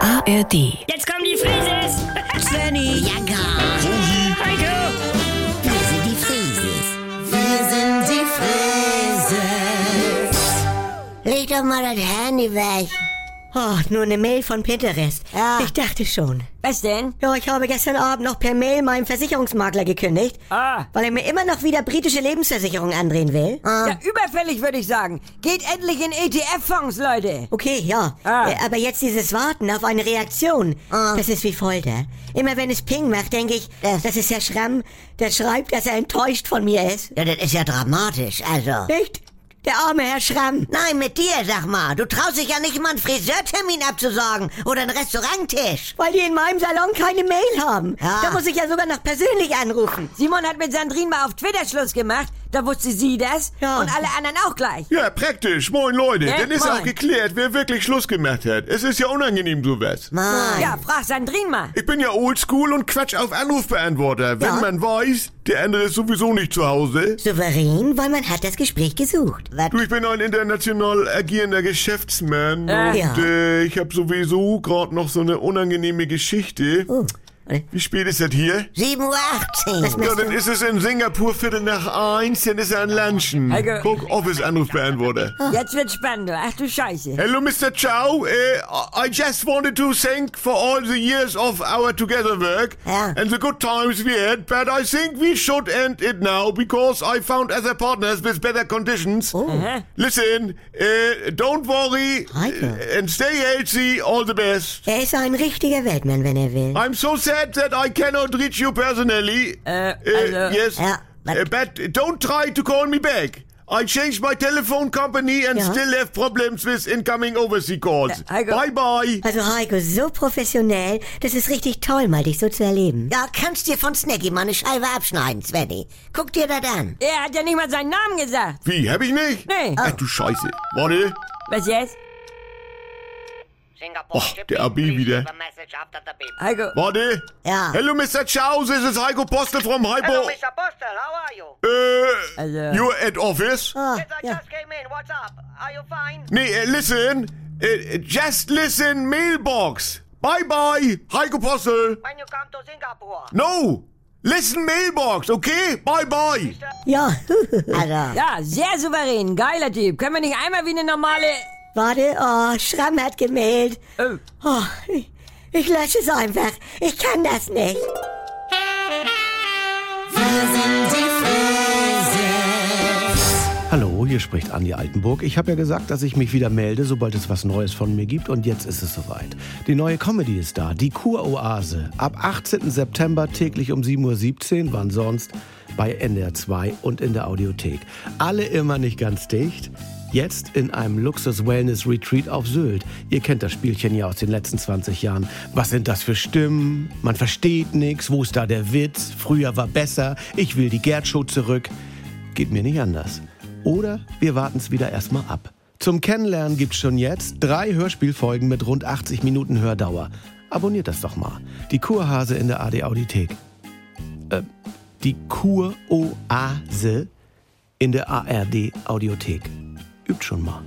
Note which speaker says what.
Speaker 1: ARD.
Speaker 2: Jetzt kommen die Frises!
Speaker 3: Benny. Ja, gar.
Speaker 2: Heiko!
Speaker 3: Wir sind die Frieses. Wir sind die Frieses.
Speaker 4: Leg doch mal das Handy weg.
Speaker 5: Oh, nur eine Mail von Pinterest.
Speaker 4: Ja.
Speaker 5: Ich dachte schon.
Speaker 3: Was denn?
Speaker 5: Ja, ich habe gestern Abend noch per Mail meinem Versicherungsmakler gekündigt,
Speaker 2: Ah,
Speaker 5: weil er mir immer noch wieder britische Lebensversicherung andrehen will.
Speaker 3: Ja, überfällig würde ich sagen. Geht endlich in ETF-Fonds, Leute.
Speaker 5: Okay, ja.
Speaker 2: Ah.
Speaker 5: Äh, Aber jetzt dieses Warten auf eine Reaktion,
Speaker 4: Ah.
Speaker 5: das ist wie Folter. Immer wenn es Ping macht, denke ich, das ist Herr Schramm, der schreibt, dass er enttäuscht von mir ist.
Speaker 4: Ja, das ist ja dramatisch, also.
Speaker 5: Nicht? Der arme Herr Schramm.
Speaker 4: Nein, mit dir, sag mal. Du traust dich ja nicht mal einen Friseurtermin abzusagen oder einen Restauranttisch. Ah.
Speaker 5: Weil die in meinem Salon keine Mail haben.
Speaker 4: Ja.
Speaker 5: Da muss ich ja sogar noch persönlich anrufen.
Speaker 3: Simon hat mit Sandrine mal auf Twitter Schluss gemacht. Da wusste sie das.
Speaker 5: Ja.
Speaker 3: Und alle anderen auch gleich.
Speaker 6: Ja, praktisch. Moin Leute,
Speaker 3: Ja,
Speaker 6: dann ist
Speaker 3: moin.
Speaker 6: auch geklärt, wer wirklich Schluss gemacht hat. Es ist ja unangenehm sowas.
Speaker 4: Mann.
Speaker 3: Ja, frag Sandrine mal.
Speaker 6: Ich bin ja oldschool und quatsch auf Anrufbeantworter, wenn
Speaker 5: Ja.
Speaker 6: man weiß, der andere ist sowieso nicht zu Hause.
Speaker 5: Souverän, weil man hat das Gespräch gesucht.
Speaker 6: Du,
Speaker 4: Hm.
Speaker 6: ich bin ein international agierender Geschäftsmann und
Speaker 5: Ja.
Speaker 6: äh, ich habe sowieso gerade noch so eine unangenehme Geschichte.
Speaker 5: Oh.
Speaker 6: Wie spät ist das hier?
Speaker 4: 7.18 Uhr.
Speaker 6: Ja, dann ist es in Singapur Viertel nach eins, dann ist er an Lunchen.
Speaker 3: Heike.
Speaker 6: Guck, Office-Anrufbeantworter.
Speaker 3: Jetzt wird spannend. Ach du Scheiße.
Speaker 6: Hello, Mr. Chow. Uh, I just wanted to thank for all the years of our together work
Speaker 4: Yeah.
Speaker 6: and the good times we had, but I think we should end it now because I found other partners with better conditions.
Speaker 3: Aha.
Speaker 6: Listen, uh, don't worry
Speaker 5: Heike.
Speaker 6: uh, and stay healthy. All the best.
Speaker 5: Er ist ein richtiger Weltmann, wenn er will.
Speaker 6: I'm so sad that I cannot reach you personally.
Speaker 3: Uh, hello.
Speaker 6: yes,
Speaker 4: Yeah, but-
Speaker 6: Uh, but don't try to call me back. I changed my telephone company and
Speaker 5: Yeah.
Speaker 6: still have problems with incoming overseas calls.
Speaker 3: Uh, I go-
Speaker 6: bye bye.
Speaker 5: Also Heiko, so professionell, das ist richtig toll, mal dich so zu erleben.
Speaker 4: Ja, kannst dir von Snacky mal eine Scheibe abschneiden, Svenny. Guck dir das an.
Speaker 3: Er hat ja nicht mal seinen Namen gesagt.
Speaker 6: Wie, hab ich nicht?
Speaker 3: Nee.
Speaker 6: Ach du Scheiße. Warte.
Speaker 3: Was jetzt?
Speaker 6: Och, der AB wieder.
Speaker 3: Heiko.
Speaker 6: Warte.
Speaker 4: Ja.
Speaker 3: Ah.
Speaker 6: Hello, Mr. Chow. This is Heiko Postel from Hypo.
Speaker 7: Apostle, how are you?
Speaker 6: Äh,
Speaker 3: Also-
Speaker 6: you're at office?
Speaker 5: Oh,
Speaker 3: Ah.
Speaker 7: Yes, I just came in. What's up? Are you fine?
Speaker 6: Nee, äh, listen. Äh, just listen, Mailbox. Bye bye, Heiko Postel.
Speaker 7: When you come to Singapore?
Speaker 6: No. Listen, Mailbox, okay? Bye bye.
Speaker 5: Ja,
Speaker 4: Also,
Speaker 3: Ja, sehr souverän. Geiler Typ. Können wir nicht einmal wie eine normale...
Speaker 5: warte, oh, Schramm hat gemeldet.
Speaker 3: Oh.
Speaker 5: Oh, ich, ich lösche es einfach. Ich kann das nicht.
Speaker 8: Hallo, hier spricht Andi Altenburg. Ich habe ja gesagt, dass ich mich wieder melde, sobald es was Neues von mir gibt. Und jetzt ist es soweit. Die neue Comedy ist da, die Kuroase. Ab 18. September täglich um 7.17 Uhr, wann sonst, bei NDR 2 und in der Audiothek. Alle immer nicht ganz dicht. Jetzt in einem Luxus-Wellness-Retreat auf Sylt. Ihr kennt das Spielchen ja aus den letzten 20 Jahren. Was sind das für Stimmen? Man versteht nichts. Wo ist da der Witz? Früher war besser. Ich will die Gerd-Show zurück. Geht mir nicht anders. Oder wir warten es wieder erstmal ab. Zum Kennenlernen gibt's schon jetzt drei Hörspielfolgen mit rund 80 Minuten Hördauer. Abonniert das doch mal. Die Kurhase in der AD Audiothek. Äh, die Kuroase in der ARD Audiothek. Übt schon mal.